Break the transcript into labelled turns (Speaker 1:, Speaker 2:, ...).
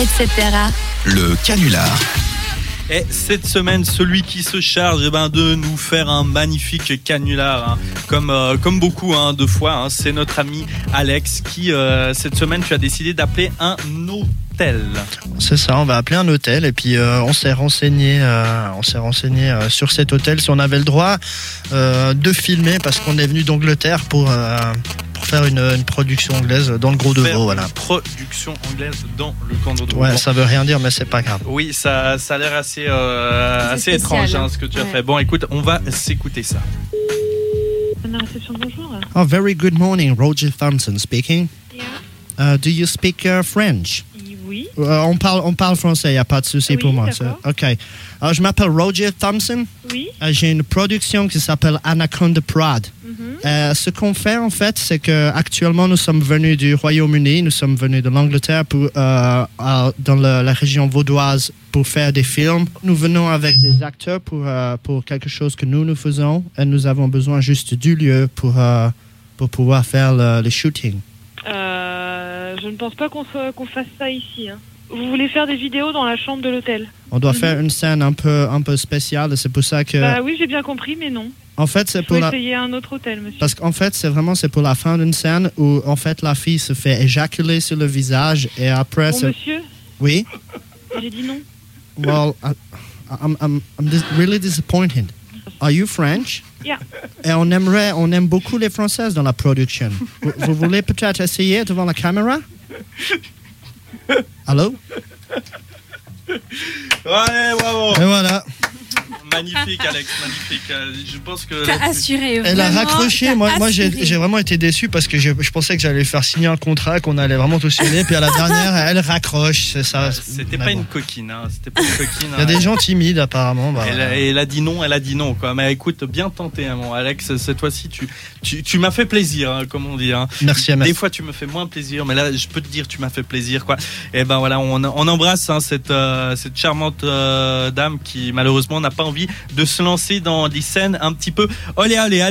Speaker 1: etc.
Speaker 2: Le canular.
Speaker 3: Et cette semaine, celui qui se charge eh ben, de nous faire un magnifique canular, hein, comme, euh, comme beaucoup hein, de fois, hein, c'est notre ami Alex qui, euh, cette semaine, tu as décidé d'appeler un hôtel.
Speaker 4: C'est ça, on va appeler un hôtel et puis euh, on s'est renseigné, euh, on s'est renseigné euh, sur cet hôtel si on avait le droit euh, de filmer parce qu'on est venu d'Angleterre pour, euh, pour faire une, une production anglaise dans le gros de
Speaker 3: Faire
Speaker 4: veau.
Speaker 3: une
Speaker 4: Voilà.
Speaker 3: Production anglaise dans le camp de
Speaker 4: Ouais,
Speaker 3: Bon.
Speaker 4: ça veut rien dire, mais c'est pas grave.
Speaker 3: Oui, ça, ça a l'air assez, euh,
Speaker 1: C'est
Speaker 3: assez
Speaker 1: spécial.
Speaker 3: étrange hein, ce que tu as
Speaker 1: Ouais.
Speaker 3: fait. Bon, écoute, on va s'écouter ça.
Speaker 5: On a réception, bonjour.
Speaker 4: Oh, very good morning, Roger Thompson speaking.
Speaker 5: Yeah.
Speaker 4: Uh, do you speak uh, French?
Speaker 5: Oui.
Speaker 4: Euh, on, parle, on parle français, il n'y a pas de souci
Speaker 5: Oui,
Speaker 4: pour moi.
Speaker 5: d'accord.
Speaker 4: ça. Ok. Alors, je m'appelle Roger Thompson.
Speaker 5: Oui.
Speaker 4: Euh, J'ai une production qui s'appelle Anaconda Prod.
Speaker 5: Mm-hmm.
Speaker 4: Euh, ce qu'on fait en fait, c'est que actuellement nous sommes venus du Royaume-Uni, nous sommes venus de l'Angleterre pour euh, à- dans le- la région vaudoise pour faire des films. Nous venons avec des acteurs pour euh, pour quelque chose que nous nous faisons et nous avons besoin juste du lieu pour euh, pour pouvoir faire le, le shooting.
Speaker 5: Euh, je ne pense pas qu'on se- qu'on fasse ça ici. hein. Vous voulez faire des vidéos dans la chambre de l'hôtel
Speaker 4: On doit faire une scène un peu un peu spéciale. et C'est pour ça que
Speaker 5: Mm-hmm. Bah oui, j'ai bien compris, mais non.
Speaker 4: en fait c'est
Speaker 5: Il faut
Speaker 4: Euh. pour la
Speaker 5: essayer un autre hôtel, monsieur.
Speaker 4: Parce qu'en fait, c'est vraiment c'est pour la fin d'une scène où en fait la fille se fait éjaculer sur le visage et après
Speaker 5: Bon,
Speaker 4: c'est
Speaker 5: monsieur,
Speaker 4: oui.
Speaker 5: j'ai dit non.
Speaker 4: Well, I, I'm I'm I'm dis- really disappointed. Are you French?
Speaker 5: Yeah.
Speaker 4: Et on aimerait on aime beaucoup les Françaises dans la production. vous, vous voulez peut-être essayer devant la caméra? Allô?
Speaker 3: Ouais, bravo
Speaker 4: Et voilà.
Speaker 3: Magnifique, Alex, magnifique. Euh, Je pense que...
Speaker 1: T'as assuré.
Speaker 4: Elle a
Speaker 1: vraiment,
Speaker 4: raccroché.
Speaker 1: t'as
Speaker 4: Moi, moi j'ai
Speaker 1: assuré.
Speaker 4: j'ai vraiment été déçu parce que je, je pensais que j'allais faire signer un contrat, qu'on allait vraiment tout signer. Puis à la dernière, elle raccroche. C'est ça. Ah,
Speaker 3: C'était
Speaker 4: Mais
Speaker 3: pas
Speaker 4: bon.
Speaker 3: une coquine, hein, c'était pas une coquine.
Speaker 4: Il y a
Speaker 3: hein.
Speaker 4: des gens timides apparemment. bah,
Speaker 3: Elle, a- elle a dit non, elle a dit non. Quoi. Mais écoute, bien tenté, hein, mon Alex. Cette fois-ci, tu, tu, tu m'as fait plaisir, hein, comme on dit. hein.
Speaker 4: Merci à
Speaker 3: Des fois, tu me fais moins plaisir, mais là, je peux te dire, tu m'as fait plaisir. Quoi. Et ben voilà, on, on embrasse hein, cette, euh, cette charmante euh, dame qui, malheureusement, n'a pas envie de se lancer dans des scènes un petit peu. Allez, allez, allez.